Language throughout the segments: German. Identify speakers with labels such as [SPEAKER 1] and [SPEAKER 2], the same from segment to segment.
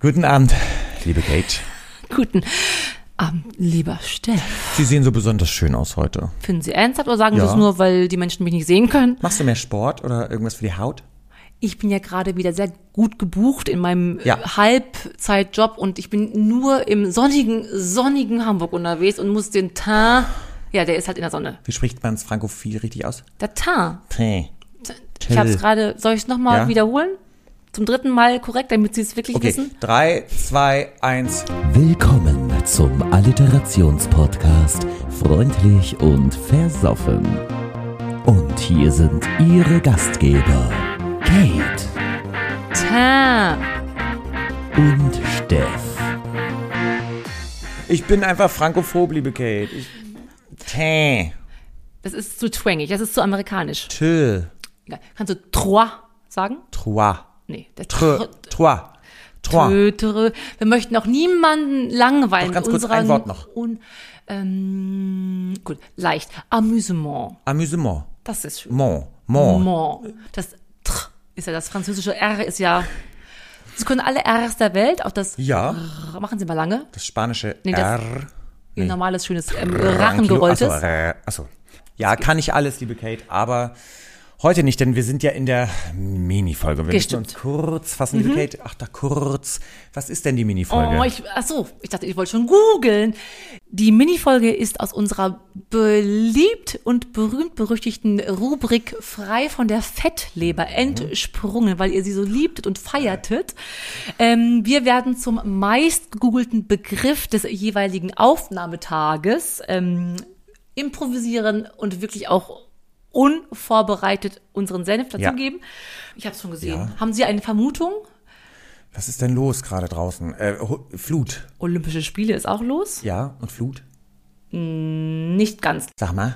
[SPEAKER 1] Guten Abend, liebe Kate.
[SPEAKER 2] Guten Abend, lieber Steff.
[SPEAKER 1] Sie sehen so besonders schön aus heute.
[SPEAKER 2] Finden Sie ernsthaft oder sagen Sie
[SPEAKER 1] Ja.
[SPEAKER 2] es nur, weil die Menschen mich nicht sehen können?
[SPEAKER 1] Machst du mehr Sport oder irgendwas für die Haut?
[SPEAKER 2] Ich bin ja gerade wieder sehr gut gebucht in meinem
[SPEAKER 1] Ja.
[SPEAKER 2] äh, Halbzeitjob und ich bin nur im sonnigen, sonnigen Hamburg unterwegs und muss den Teint, ja, der ist halt in der Sonne.
[SPEAKER 1] Wie spricht man es frankophil richtig aus?
[SPEAKER 2] Der Teint.
[SPEAKER 1] Tee.
[SPEAKER 2] Ich habe es gerade, soll ich es nochmal
[SPEAKER 1] Ja.
[SPEAKER 2] wiederholen? Zum dritten Mal korrekt, damit Sie es wirklich
[SPEAKER 1] Okay,
[SPEAKER 2] wissen?
[SPEAKER 1] drei, zwei, eins.
[SPEAKER 3] Willkommen zum Alliterationspodcast Freundlich und Versoffen. Und hier sind Ihre Gastgeber, Kate
[SPEAKER 2] Teint.
[SPEAKER 3] und Steff.
[SPEAKER 1] Ich bin einfach frankophob, liebe Kate. Ich, Tee.
[SPEAKER 2] Das ist zu twangig, das ist zu amerikanisch.
[SPEAKER 1] Tö.
[SPEAKER 2] Egal. Kannst du trois sagen?
[SPEAKER 1] Trois.
[SPEAKER 2] Nee, der
[SPEAKER 1] Tre. Trois. Trois.
[SPEAKER 2] Tötere. Wir möchten auch niemanden langweilen.
[SPEAKER 1] Doch, ganz
[SPEAKER 2] mit
[SPEAKER 1] kurz,
[SPEAKER 2] unserer
[SPEAKER 1] ein Wort noch.
[SPEAKER 2] Un, ähm, gut, leicht. Amüsement.
[SPEAKER 1] Amüsement.
[SPEAKER 2] Das ist schön.
[SPEAKER 1] Mon. Mon.
[SPEAKER 2] Amüsement. Das tr ist ja das französische R ist ja. Sie können alle Rs der Welt, auch das
[SPEAKER 1] Ja,
[SPEAKER 2] R, machen Sie mal lange.
[SPEAKER 1] das spanische
[SPEAKER 2] Nee, das-
[SPEAKER 1] R.
[SPEAKER 2] Ihr normales schönes ähm,
[SPEAKER 1] Achso,
[SPEAKER 2] Rachengeräusch ist.
[SPEAKER 1] äh, achso. Ja, kann ich alles, liebe Kate, aber heute nicht, denn wir sind ja in der Mini-Folge. Wir müssen
[SPEAKER 2] Gestimmt. Mhm.
[SPEAKER 1] uns kurz fassen, liebe Kate. Ach, da kurz. Was ist denn die Mini-Folge?
[SPEAKER 2] Oh, ich, ach so, ich dachte, ich wollte schon googeln. Die Minifolge ist aus unserer beliebt und berühmt-berüchtigten Rubrik frei von der Fettleber
[SPEAKER 1] Mhm.
[SPEAKER 2] entsprungen, weil ihr sie so liebtet und feiertet. Ähm, wir werden zum meistgegoogelten Begriff des jeweiligen Aufnahmetages ähm, improvisieren und wirklich auch unvorbereitet unseren Senf
[SPEAKER 1] Ja.
[SPEAKER 2] dazugeben. Ich habe es schon gesehen.
[SPEAKER 1] Ja.
[SPEAKER 2] Haben Sie eine Vermutung?
[SPEAKER 1] Was ist denn los gerade draußen? Äh, Ho- Flut.
[SPEAKER 2] Olympische Spiele ist auch los.
[SPEAKER 1] Ja, und Flut?
[SPEAKER 2] Nicht ganz
[SPEAKER 1] Sag mal.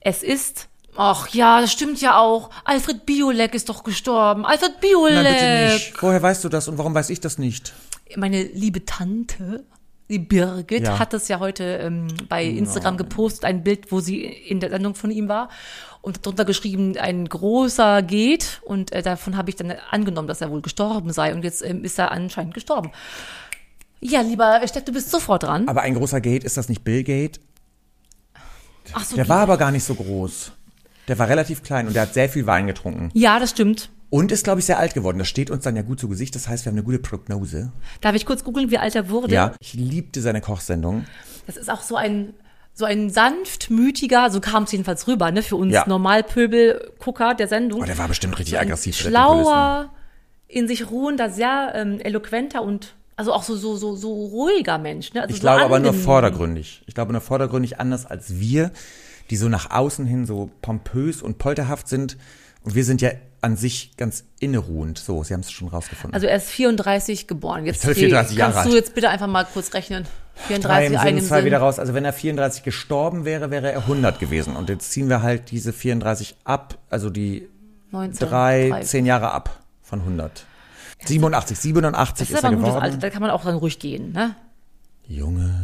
[SPEAKER 2] Es ist. Ach ja, das stimmt ja auch. Alfred Biolek ist doch gestorben. Alfred Biolek.
[SPEAKER 1] Nein, bitte nicht. Woher weißt du das und warum weiß ich das nicht?
[SPEAKER 2] Meine liebe Tante, die Birgit,
[SPEAKER 1] Ja.
[SPEAKER 2] hat das ja heute ähm, bei Instagram gepostet, ein Bild, wo sie in der Sendung von ihm war. Und darunter geschrieben, ein großer geht. Und äh, davon habe ich dann angenommen, dass er wohl gestorben sei. Und jetzt ähm, ist er anscheinend gestorben. Ja, lieber Steff, du bist sofort dran.
[SPEAKER 1] Aber ein großer Gate, ist das nicht Bill Gate?
[SPEAKER 2] Ach so,
[SPEAKER 1] Der war aber gar nicht so groß. Der war relativ klein und der hat sehr viel Wein getrunken.
[SPEAKER 2] ja, das stimmt.
[SPEAKER 1] Und ist, glaube ich, sehr alt geworden. Das steht uns dann ja gut zu Gesicht. Das heißt, wir haben eine gute Prognose.
[SPEAKER 2] Darf ich kurz googeln, wie alt er wurde?
[SPEAKER 1] Ja, ich liebte seine Kochsendung.
[SPEAKER 2] Das ist auch so ein so ein sanftmütiger, so kam es jedenfalls rüber, ne, für uns
[SPEAKER 1] Ja.
[SPEAKER 2] Normalpöbel-Gucker der Sendung.
[SPEAKER 1] Oh, der war bestimmt richtig
[SPEAKER 2] so ein
[SPEAKER 1] aggressiv. hinter den Kulissen.
[SPEAKER 2] Schlauer, in sich ruhender, sehr ähm, eloquenter und also auch so so so so ruhiger Mensch, ne? Also
[SPEAKER 1] Ich
[SPEAKER 2] so
[SPEAKER 1] glaube aber nur
[SPEAKER 2] angenehm.
[SPEAKER 1] vordergründig. Ich glaube nur vordergründig anders als wir, die so nach außen hin so pompös und polterhaft sind. Und wir sind ja an sich ganz inneruhend. So, Sie haben es schon rausgefunden.
[SPEAKER 2] Also er ist 34 geboren.
[SPEAKER 1] Jetzt
[SPEAKER 2] Jetzt
[SPEAKER 1] hat er 34 Jahre
[SPEAKER 2] kannst du
[SPEAKER 1] alt.
[SPEAKER 2] jetzt bitte einfach mal kurz rechnen.
[SPEAKER 1] Drei
[SPEAKER 2] 34
[SPEAKER 1] im
[SPEAKER 2] einen
[SPEAKER 1] Sinn,
[SPEAKER 2] im
[SPEAKER 1] zwei
[SPEAKER 2] Sinn.
[SPEAKER 1] wieder raus. Also wenn er 34 gestorben wäre, wäre er 100 gewesen. Und jetzt ziehen wir halt diese 34 ab, also die
[SPEAKER 2] 19,
[SPEAKER 1] drei,
[SPEAKER 2] drei.
[SPEAKER 1] zehn Jahre ab von 100. 87, 87 ist,
[SPEAKER 2] Das ist aber
[SPEAKER 1] er
[SPEAKER 2] ein gutes
[SPEAKER 1] geworden.
[SPEAKER 2] Alter, da kann man auch dann ruhig gehen, ne?
[SPEAKER 1] Junge,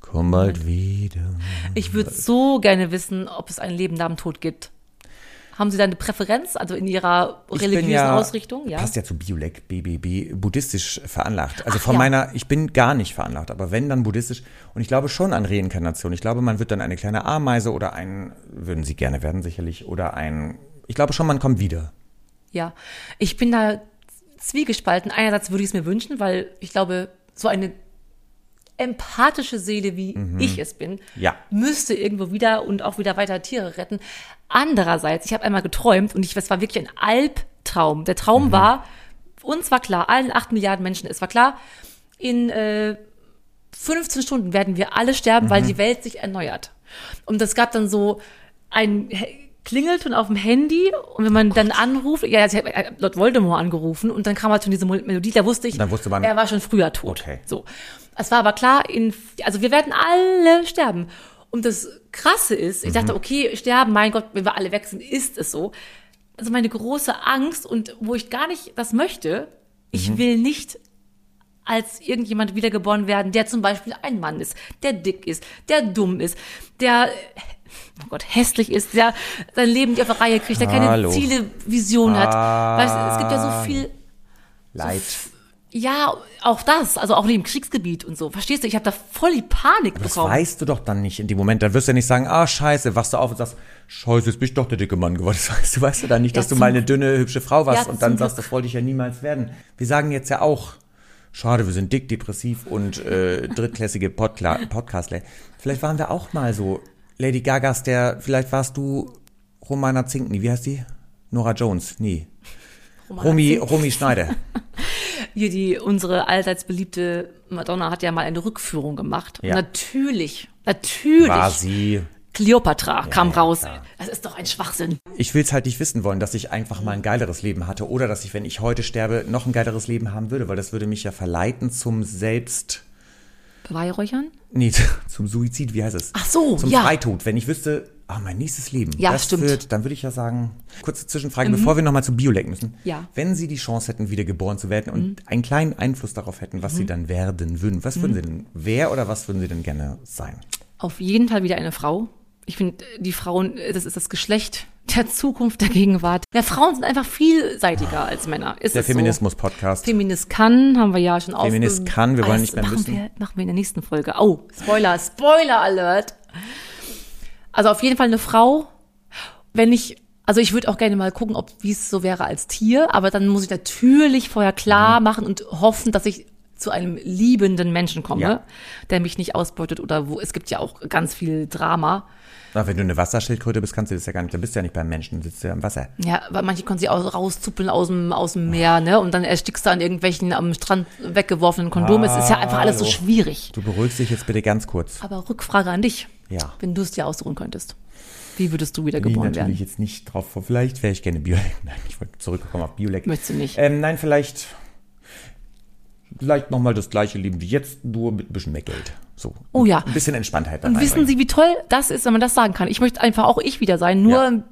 [SPEAKER 1] komm bald wieder.
[SPEAKER 2] Ich würde so gerne wissen, ob es ein Leben nach dem Tod gibt. Haben Sie da eine Präferenz, also in Ihrer
[SPEAKER 1] Ich
[SPEAKER 2] religiösen
[SPEAKER 1] bin ja,
[SPEAKER 2] Ausrichtung? Ja.
[SPEAKER 1] Passt ja zu Biolek, BBB, buddhistisch veranlagt. Also
[SPEAKER 2] Ach,
[SPEAKER 1] von
[SPEAKER 2] ja.
[SPEAKER 1] meiner, ich bin gar nicht veranlagt, aber wenn, dann buddhistisch. Und ich glaube schon an Reinkarnation. Ich glaube, man wird dann eine kleine Ameise oder ein, würden sie gerne werden sicherlich, oder ein, ich glaube schon, man kommt wieder.
[SPEAKER 2] ja. Ich bin da zwiegespalten. Einerseits würde ich es mir wünschen, weil ich glaube, so eine empathische Seele, wie ich es bin,
[SPEAKER 1] Mhm. Ja.
[SPEAKER 2] müsste irgendwo wieder und auch wieder weiter Tiere retten. Andererseits, ich habe einmal geträumt und ich, es war wirklich ein Albtraum. Der Traum
[SPEAKER 1] Mhm.
[SPEAKER 2] war, uns war klar, allen acht Milliarden Menschen, es war klar, in äh, 15 Stunden werden wir alle sterben,
[SPEAKER 1] Mhm.
[SPEAKER 2] weil die Welt sich erneuert. Und es gab dann so ein He- Klingelton auf dem Handy und wenn man
[SPEAKER 1] Oh
[SPEAKER 2] dann anruft, ja, ich habe Lord Voldemort angerufen und dann kam halt schon diese Mol- Melodie, da wusste ich,
[SPEAKER 1] Dann wusste man-
[SPEAKER 2] er war schon früher tot.
[SPEAKER 1] Okay.
[SPEAKER 2] So. Es war aber klar, in, also wir werden alle sterben. Und das Krasse ist, ich
[SPEAKER 1] Mhm.
[SPEAKER 2] dachte, okay, sterben, mein Gott, wenn wir alle weg sind, ist es so. Also meine große Angst und wo ich gar nicht das möchte,
[SPEAKER 1] Mhm.
[SPEAKER 2] ich will nicht als irgendjemand wiedergeboren werden, der zum Beispiel ein Mann ist, der dick ist, der dumm ist, der oh Gott, hässlich ist, der sein Leben nicht auf die Reihe kriegt, der keine
[SPEAKER 1] Hallo. Ah.
[SPEAKER 2] Ziele, Vision hat. Weißt du, es gibt ja so viel
[SPEAKER 1] Leid.
[SPEAKER 2] Ja, auch das, also auch neben Kriegsgebiet und so. Verstehst du? Ich habe da voll die Panik
[SPEAKER 1] Das
[SPEAKER 2] bekommen.
[SPEAKER 1] weißt du doch dann nicht in dem Moment. Dann wirst du ja nicht sagen, ah, scheiße, wachst du auf und sagst, scheiße, jetzt bin ich doch der dicke Mann geworden. Das weißt du, weißt du dann nicht,
[SPEAKER 2] Ja,
[SPEAKER 1] dass du
[SPEAKER 2] zum
[SPEAKER 1] mal eine dünne, hübsche Frau warst
[SPEAKER 2] Ja,
[SPEAKER 1] und dann
[SPEAKER 2] zum
[SPEAKER 1] sagst, das wollte ich ja niemals werden. Wir sagen jetzt ja auch, schade, wir sind dick, depressiv und äh, drittklassige Podkla- Podcastler. Vielleicht waren wir auch mal so Lady Gagas, der, vielleicht warst du Romana Zinkny, wie heißt die? Nora Jones, nee.
[SPEAKER 2] Romana
[SPEAKER 1] Romy, Romy Schneider.
[SPEAKER 2] Hier die, unsere allseits beliebte Madonna hat ja mal eine Rückführung gemacht.
[SPEAKER 1] Ja.
[SPEAKER 2] Und natürlich, natürlich.
[SPEAKER 1] War sie.
[SPEAKER 2] Kleopatra kam
[SPEAKER 1] ja,
[SPEAKER 2] raus.
[SPEAKER 1] klar.
[SPEAKER 2] Das ist doch ein Schwachsinn.
[SPEAKER 1] Ich will es halt nicht wissen wollen, dass ich einfach mal ein geileres Leben hatte oder dass ich, wenn ich heute sterbe, noch ein geileres Leben haben würde, weil das würde mich ja verleiten zum Selbst,
[SPEAKER 2] Beweihräuchern?
[SPEAKER 1] nee, zum Suizid, wie heißt es?
[SPEAKER 2] Ach so,
[SPEAKER 1] zum
[SPEAKER 2] ja.
[SPEAKER 1] Freitod, wenn ich wüsste, ah, mein nächstes Leben.
[SPEAKER 2] Ja,
[SPEAKER 1] das
[SPEAKER 2] stimmt. Mhm.
[SPEAKER 1] Wird, dann würde ich ja sagen, kurze Zwischenfrage, bevor wir nochmal zu Biolek müssen.
[SPEAKER 2] Ja. Mhm.
[SPEAKER 1] Wenn Sie die Chance hätten, wieder geboren zu werden und einen kleinen Einfluss darauf hätten, was Sie dann werden würden, was würden Sie denn, wer oder was würden Sie denn gerne sein?
[SPEAKER 2] Auf jeden Fall wieder eine Frau. Ich finde, die Frauen, äh, das ist das Geschlecht der Zukunft, der Gegenwart. Ja, Frauen sind einfach vielseitiger als Männer. Ist
[SPEAKER 1] Der
[SPEAKER 2] es so?
[SPEAKER 1] Feminismus-Podcast.
[SPEAKER 2] Feminist kann, haben wir ja schon aufge-
[SPEAKER 1] Feminist kann, wir
[SPEAKER 2] Ah,
[SPEAKER 1] wollen
[SPEAKER 2] das
[SPEAKER 1] nicht mehr
[SPEAKER 2] machen
[SPEAKER 1] wissen.
[SPEAKER 2] Wir, machen wir in der nächsten Folge. Oh, Spoiler, Spoiler Alert. Also auf jeden Fall eine Frau. Wenn ich, also ich würde auch gerne mal gucken, ob wie es so wäre als Tier, aber dann muss ich natürlich vorher klar
[SPEAKER 1] Mhm.
[SPEAKER 2] machen und hoffen, dass ich zu einem liebenden Menschen komme,
[SPEAKER 1] Ja.
[SPEAKER 2] der mich nicht ausbeutet oder wo. Es gibt ja auch ganz viel Drama.
[SPEAKER 1] Na, wenn du eine Wasserschildkröte bist, kannst du das ja gar nicht, dann bist du ja nicht beim Menschen, sitzt du ja im Wasser.
[SPEAKER 2] Ja, weil manche konnten sie aus, rauszuppeln aus dem, aus dem Meer, ne? Und dann erstickst du an irgendwelchen am Strand weggeworfenen Kondomen. es ist ja einfach alles so
[SPEAKER 1] Hallo.
[SPEAKER 2] schwierig.
[SPEAKER 1] Du beruhigst dich jetzt bitte ganz kurz.
[SPEAKER 2] Aber Rückfrage an dich.
[SPEAKER 1] Ja.
[SPEAKER 2] Wenn du es dir aussuchen könntest, wie würdest du wieder
[SPEAKER 1] Nee,
[SPEAKER 2] geboren
[SPEAKER 1] natürlich
[SPEAKER 2] werden?
[SPEAKER 1] jetzt nicht drauf vor. Vielleicht wäre ich gerne Biolek. Nein, ich wollte zurückkommen auf Biolek.
[SPEAKER 2] Möchtest du nicht?
[SPEAKER 1] Ähm, nein, vielleicht. Vielleicht nochmal das gleiche Leben wie jetzt, nur mit ein bisschen mehr Geld. So.
[SPEAKER 2] Oh ja.
[SPEAKER 1] Ein bisschen Entspanntheit
[SPEAKER 2] Und wissen Sie, wie toll das ist, wenn man das sagen kann? Ich möchte einfach auch ich wieder sein, nur
[SPEAKER 1] Ja.
[SPEAKER 2] ein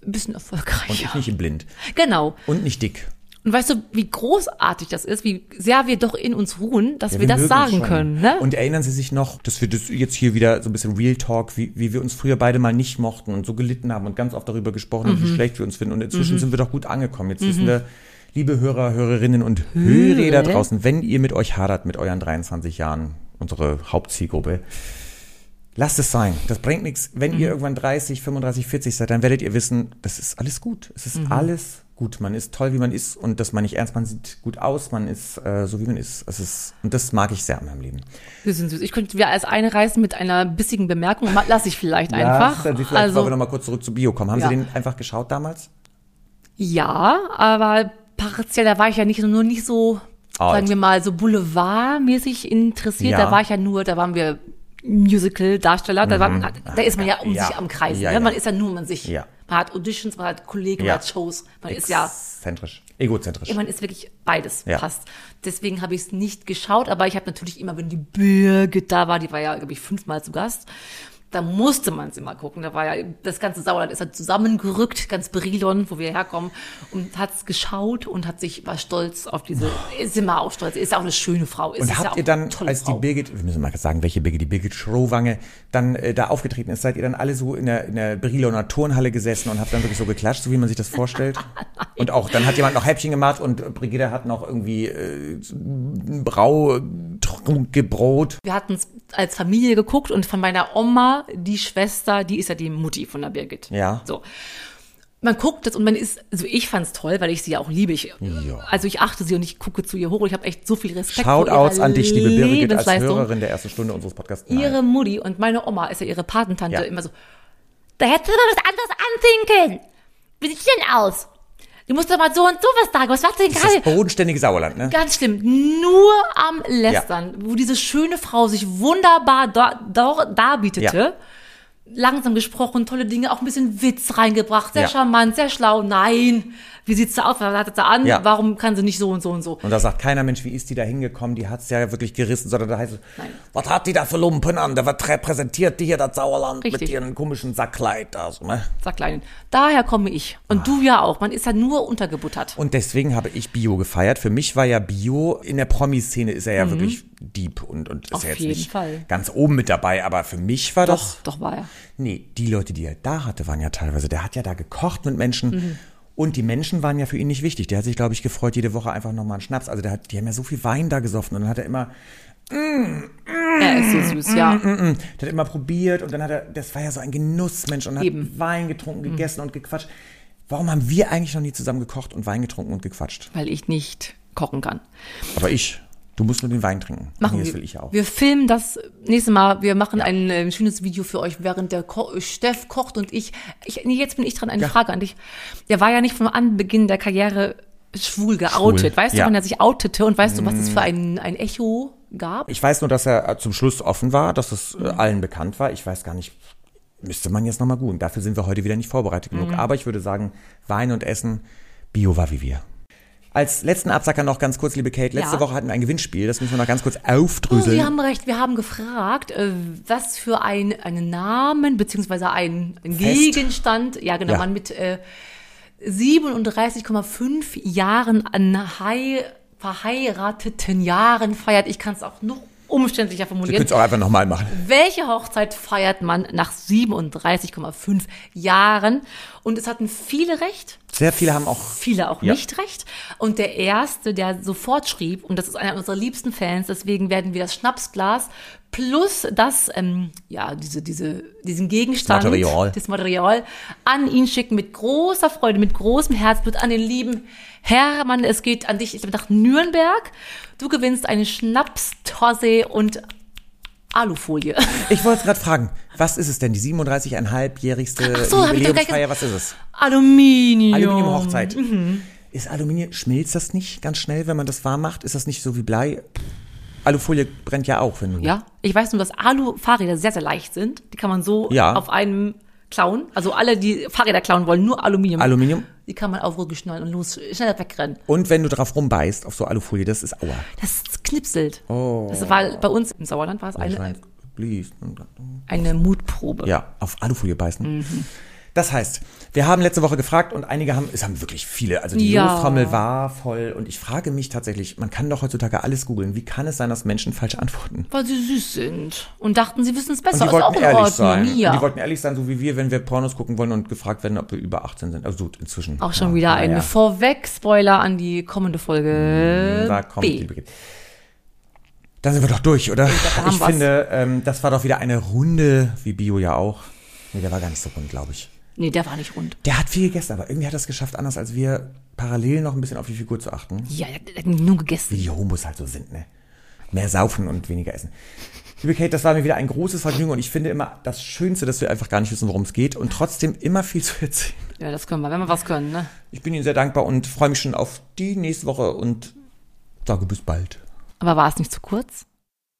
[SPEAKER 2] bisschen
[SPEAKER 1] Und
[SPEAKER 2] erfolgreicher.
[SPEAKER 1] ich nicht blind.
[SPEAKER 2] Genau.
[SPEAKER 1] Und nicht dick.
[SPEAKER 2] Und weißt du, wie großartig das ist, wie sehr wir doch in uns ruhen, dass
[SPEAKER 1] Ja,
[SPEAKER 2] wir, das
[SPEAKER 1] mögen uns
[SPEAKER 2] sagen
[SPEAKER 1] schon.
[SPEAKER 2] können, ne?
[SPEAKER 1] Und erinnern Sie sich noch, dass wir das jetzt hier wieder so ein bisschen Real Talk, wie, wie wir uns früher beide mal nicht mochten und so gelitten haben und ganz oft darüber gesprochen haben, wie schlecht wir uns finden. Und inzwischen sind wir doch gut angekommen. Jetzt wissen wir, liebe Hörer, Hörerinnen und Hörer da
[SPEAKER 2] Hörer.
[SPEAKER 1] draußen, wenn ihr mit euch hadert, mit euren 23 Jahren, unsere Hauptzielgruppe, Lasst es sein. Das bringt nichts. Wenn ihr irgendwann 30, 35, 40 seid, dann werdet ihr wissen, das ist alles gut. Es ist alles gut. Man ist toll, wie man ist und dass man nicht ernst, man sieht gut aus, man ist äh, so, wie man ist. Es ist. Und das mag ich sehr an meinem Leben.
[SPEAKER 2] Wir sind süß. Ich könnte wieder als einreißen mit einer bissigen Bemerkung. Ma- Lass ich vielleicht einfach.
[SPEAKER 1] Ja, vielleicht wollen wir
[SPEAKER 2] also,
[SPEAKER 1] nochmal kurz zurück zu Bio kommen. Haben
[SPEAKER 2] Ja.
[SPEAKER 1] Sie den einfach geschaut damals?
[SPEAKER 2] ja, aber partiell, da war ich ja nicht nur nicht so,
[SPEAKER 1] Alt.
[SPEAKER 2] sagen wir mal, so boulevardmäßig interessiert.
[SPEAKER 1] Ah, Ja.
[SPEAKER 2] Da war ich ja nur, da waren wir Musical-Darsteller. Da, waren- da ist man ja um
[SPEAKER 1] Mhm. Ja.
[SPEAKER 2] sich am Kreisen.
[SPEAKER 1] Ja,
[SPEAKER 2] ne?
[SPEAKER 1] ja.
[SPEAKER 2] Man ist ja nur um sich.
[SPEAKER 1] Ja.
[SPEAKER 2] Man hat Auditions, man hat Kollegen,
[SPEAKER 1] Ja.
[SPEAKER 2] man hat Shows. Man ist ja
[SPEAKER 1] Zentrisch. Egozentrisch.
[SPEAKER 2] Ja, man ist wirklich beides
[SPEAKER 1] Ja.
[SPEAKER 2] passt. Deswegen habe ich es nicht geschaut, aber ich habe natürlich immer, wenn die Birgit da war, die war ja, glaube ich, fünfmal zu Gast, da musste man es immer gucken. Da war ja, das ganze Sauerland ist halt zusammengerückt, ganz Brilon, wo wir herkommen, und hat es geschaut und hat sich, war stolz auf diese, ist immer auch stolz, ist ja auch eine schöne Frau. Ist
[SPEAKER 1] Und
[SPEAKER 2] ist ja
[SPEAKER 1] habt
[SPEAKER 2] auch
[SPEAKER 1] ihr dann,
[SPEAKER 2] eine tolle
[SPEAKER 1] als die
[SPEAKER 2] Frau.
[SPEAKER 1] Birgit, wir müssen mal sagen, welche Birgit, die Birgit Schrowange, dann äh, da aufgetreten ist, seid ihr dann alle so in der, in der Briloner Turnhalle gesessen und habt dann wirklich so geklatscht, so wie man sich das vorstellt? und auch, dann hat jemand noch Häppchen gemacht und Brigitte hat noch irgendwie äh, Braugebrot.
[SPEAKER 2] Wir hatten es als Familie geguckt und von meiner Oma, die Schwester, die ist ja die Mutti von der Birgit.
[SPEAKER 1] Ja.
[SPEAKER 2] So. Man guckt es und man ist, also ich fand's toll, weil ich sie ja auch liebe. Ich, Also ich achte sie und ich gucke zu ihr hoch und ich habe echt so viel Respekt
[SPEAKER 1] Shoutouts
[SPEAKER 2] vor ihrer
[SPEAKER 1] an dich, liebe Birgit, als
[SPEAKER 2] Lebensleistung.
[SPEAKER 1] Hörerin der ersten Stunde unseres Podcasts. Nein.
[SPEAKER 2] Ihre Mutti und meine Oma ist ja ihre Patentante
[SPEAKER 1] Ja.
[SPEAKER 2] immer so, da hättest du mal was anderes anziehen können. Wie sieht's denn aus? Du musst doch mal so und so was sagen. Was machst du denn
[SPEAKER 1] Das ist das
[SPEAKER 2] gerade?
[SPEAKER 1] bodenständige Sauerland, ne?
[SPEAKER 2] Ganz schlimm. Nur am Lästern, wo diese schöne Frau sich wunderbar da, da, darbietete.
[SPEAKER 1] Ja.
[SPEAKER 2] Langsam gesprochen, tolle Dinge, auch ein bisschen Witz reingebracht, sehr
[SPEAKER 1] Ja.
[SPEAKER 2] charmant, sehr schlau. Nein, wie sieht's da aus? Was hat sie an?
[SPEAKER 1] Ja.
[SPEAKER 2] Warum kann sie nicht so und so und so?
[SPEAKER 1] Und da sagt keiner, Mensch, wie ist die da hingekommen? Die hat's ja wirklich gerissen, sondern da heißt es,
[SPEAKER 2] Nein.
[SPEAKER 1] was hat die da für Lumpen an? Da was repräsentiert die hier das Sauerland mit
[SPEAKER 2] Richtig.
[SPEAKER 1] ihren komischen Sackkleid da so, ne?
[SPEAKER 2] Sag Kleinen. Daher komme ich. Und du ja auch. Man ist ja nur untergebuttert.
[SPEAKER 1] Ah. Und deswegen habe ich Bio gefeiert. Für mich war ja Bio, in der Promi-Szene ist er ja wirklich deep und, und ist
[SPEAKER 2] Mhm. Auf
[SPEAKER 1] ja jetzt
[SPEAKER 2] jeden
[SPEAKER 1] nicht
[SPEAKER 2] Fall.
[SPEAKER 1] ganz oben mit dabei, aber für mich war das
[SPEAKER 2] doch, doch war er. Mhm.
[SPEAKER 1] Nee, die Leute, die er da hatte, waren ja teilweise, der hat ja da gekocht mit Menschen. Und die Menschen waren ja für ihn nicht wichtig. Der hat sich, glaube ich, gefreut, jede Woche einfach nochmal einen Schnaps. Also der hat, die haben ja so viel Wein da gesoffen und dann hat er immer,
[SPEAKER 2] Er ist so süß,
[SPEAKER 1] Mm,
[SPEAKER 2] ja.
[SPEAKER 1] der hat immer probiert und dann hat er, das war ja so ein Genussmensch und hat
[SPEAKER 2] Eben. Mhm.
[SPEAKER 1] Wein getrunken, gegessen und gequatscht. Warum haben wir eigentlich noch nie zusammen gekocht und Wein getrunken und gequatscht?
[SPEAKER 2] Weil ich nicht kochen kann.
[SPEAKER 1] Aber ich, du musst nur den Wein trinken.
[SPEAKER 2] Machen
[SPEAKER 1] nee,
[SPEAKER 2] wir.
[SPEAKER 1] das will ich ja auch.
[SPEAKER 2] Wir filmen das nächste Mal. Wir machen ein äh, schönes Video für euch, während der Ko äh, Steff kocht und ich. ich nee, jetzt bin ich dran. Eine
[SPEAKER 1] Ja.
[SPEAKER 2] Frage an dich. Der war ja nicht vom Anbeginn der Karriere schwul geoutet. Weißt
[SPEAKER 1] ja. Mm.
[SPEAKER 2] du, wann er sich outete und weißt du, was es für ein, ein Echo gab?
[SPEAKER 1] Ich weiß nur, dass er äh, zum Schluss offen war, dass es äh,
[SPEAKER 2] Mhm.
[SPEAKER 1] allen bekannt war. Ich weiß gar nicht, müsste man jetzt nochmal googeln. Dafür sind wir heute wieder nicht vorbereitet
[SPEAKER 2] Mhm.
[SPEAKER 1] genug. Aber ich würde sagen, Wein und Essen, Bio war wie wir. Als letzten Absacker noch ganz kurz, liebe Kate. Letzte
[SPEAKER 2] Ja.
[SPEAKER 1] Woche hatten wir ein Gewinnspiel, das müssen wir noch ganz kurz
[SPEAKER 2] Oh,
[SPEAKER 1] aufdrüseln.
[SPEAKER 2] Sie haben recht. Wir haben gefragt, äh, was für ein, einen Namen beziehungsweise ein, ein
[SPEAKER 1] Fest.
[SPEAKER 2] Gegenstand, ja genau,
[SPEAKER 1] Ja.
[SPEAKER 2] man mit äh, 37,5 Jahren an hei- verheirateten Jahren feiert. Ich kann es auch noch umständlicher
[SPEAKER 1] wir können
[SPEAKER 2] formulieren.
[SPEAKER 1] es auch einfach nochmal machen.
[SPEAKER 2] Welche Hochzeit feiert man nach 37,5 Jahren? Und es hatten viele recht
[SPEAKER 1] Sehr viele haben auch
[SPEAKER 2] viele auch
[SPEAKER 1] Ja.
[SPEAKER 2] nicht recht. Und der erste, der sofort schrieb, und das ist einer unserer liebsten Fans, deswegen werden wir das Schnapsglas plus das, ähm, ja, diese, diese, diesen Gegenstand,
[SPEAKER 1] Material.
[SPEAKER 2] das Material an ihn schicken mit großer Freude, mit großem Herzblut an den lieben Hermann. Es geht an dich nach Nürnberg. Du gewinnst eine Schnapstosse und Alufolie.
[SPEAKER 1] Ich wollte gerade fragen, was ist es denn? Die 37,5-jährigste
[SPEAKER 2] so, hab ich doch gleich Mhm.
[SPEAKER 1] Jubiläumsfeier, was ist es?
[SPEAKER 2] Aluminium.
[SPEAKER 1] Aluminiumhochzeit. Ist Aluminium, schmilzt das nicht ganz schnell, wenn man das warm macht? Ist das nicht so wie Blei? Alufolie brennt ja auch, wenn du.
[SPEAKER 2] Ja, ich weiß nur, dass Alu-Fahrräder sehr, sehr leicht sind. Die kann man so
[SPEAKER 1] Ja.
[SPEAKER 2] auf einem klauen. Also alle, die Fahrräder klauen wollen, nur Aluminium.
[SPEAKER 1] Aluminium.
[SPEAKER 2] die kann man auf Rücken schnallen und los, schneller wegrennen.
[SPEAKER 1] Und wenn du drauf rumbeißt, auf so Alufolie, das ist Aua.
[SPEAKER 2] Das knipselt.
[SPEAKER 1] Oh.
[SPEAKER 2] Das war bei uns im Sauerland war es
[SPEAKER 1] Ich
[SPEAKER 2] Oh. eine,
[SPEAKER 1] mein, please.
[SPEAKER 2] eine Mutprobe.
[SPEAKER 1] Ja, auf Alufolie beißen.
[SPEAKER 2] Mhm.
[SPEAKER 1] Das heißt, wir haben letzte Woche gefragt und einige haben, es haben wirklich viele, also die
[SPEAKER 2] Ja.
[SPEAKER 1] Lostrommel war voll und ich frage mich tatsächlich, man kann doch heutzutage alles googeln. Wie kann es sein, dass Menschen falsch antworten?
[SPEAKER 2] Weil sie süß sind und dachten, sie wissen es
[SPEAKER 1] Und
[SPEAKER 2] besser.
[SPEAKER 1] die
[SPEAKER 2] ist auch
[SPEAKER 1] wollten
[SPEAKER 2] in
[SPEAKER 1] ehrlich
[SPEAKER 2] Ordnung.
[SPEAKER 1] sein. Und die
[SPEAKER 2] Ja.
[SPEAKER 1] wollten ehrlich sein, so wie wir, wenn wir Pornos gucken wollen und gefragt werden, ob wir über 18 sind. Also gut, inzwischen.
[SPEAKER 2] Auch schon
[SPEAKER 1] Ja,
[SPEAKER 2] wieder ein
[SPEAKER 1] naja.
[SPEAKER 2] Vorweg-Spoiler an die kommende Folge.
[SPEAKER 1] Hm, Da kommt
[SPEAKER 2] B.
[SPEAKER 1] die Beginn. Da sind wir doch durch, oder?
[SPEAKER 2] da haben
[SPEAKER 1] ich
[SPEAKER 2] wir's.
[SPEAKER 1] finde, ähm, das war doch wieder eine Runde, wie Bio ja auch. Nee, der war gar nicht so rund, glaube ich.
[SPEAKER 2] Nee, der war nicht rund.
[SPEAKER 1] Der hat viel gegessen, aber irgendwie hat er es geschafft, anders als wir, parallel noch ein bisschen auf die Figur zu achten.
[SPEAKER 2] Ja, der hat nur gegessen.
[SPEAKER 1] Wie die Homos halt so sind, ne? Mehr saufen und weniger essen. Liebe Kate, das war mir wieder ein großes Vergnügen und ich finde immer das Schönste, dass wir einfach gar nicht wissen, worum es geht und trotzdem immer viel zu erzählen.
[SPEAKER 2] Ja, das können wir, wenn wir was können, ne?
[SPEAKER 1] Ich bin Ihnen sehr dankbar und freue mich schon auf die nächste Woche und sage bis bald.
[SPEAKER 2] Aber war es nicht zu kurz?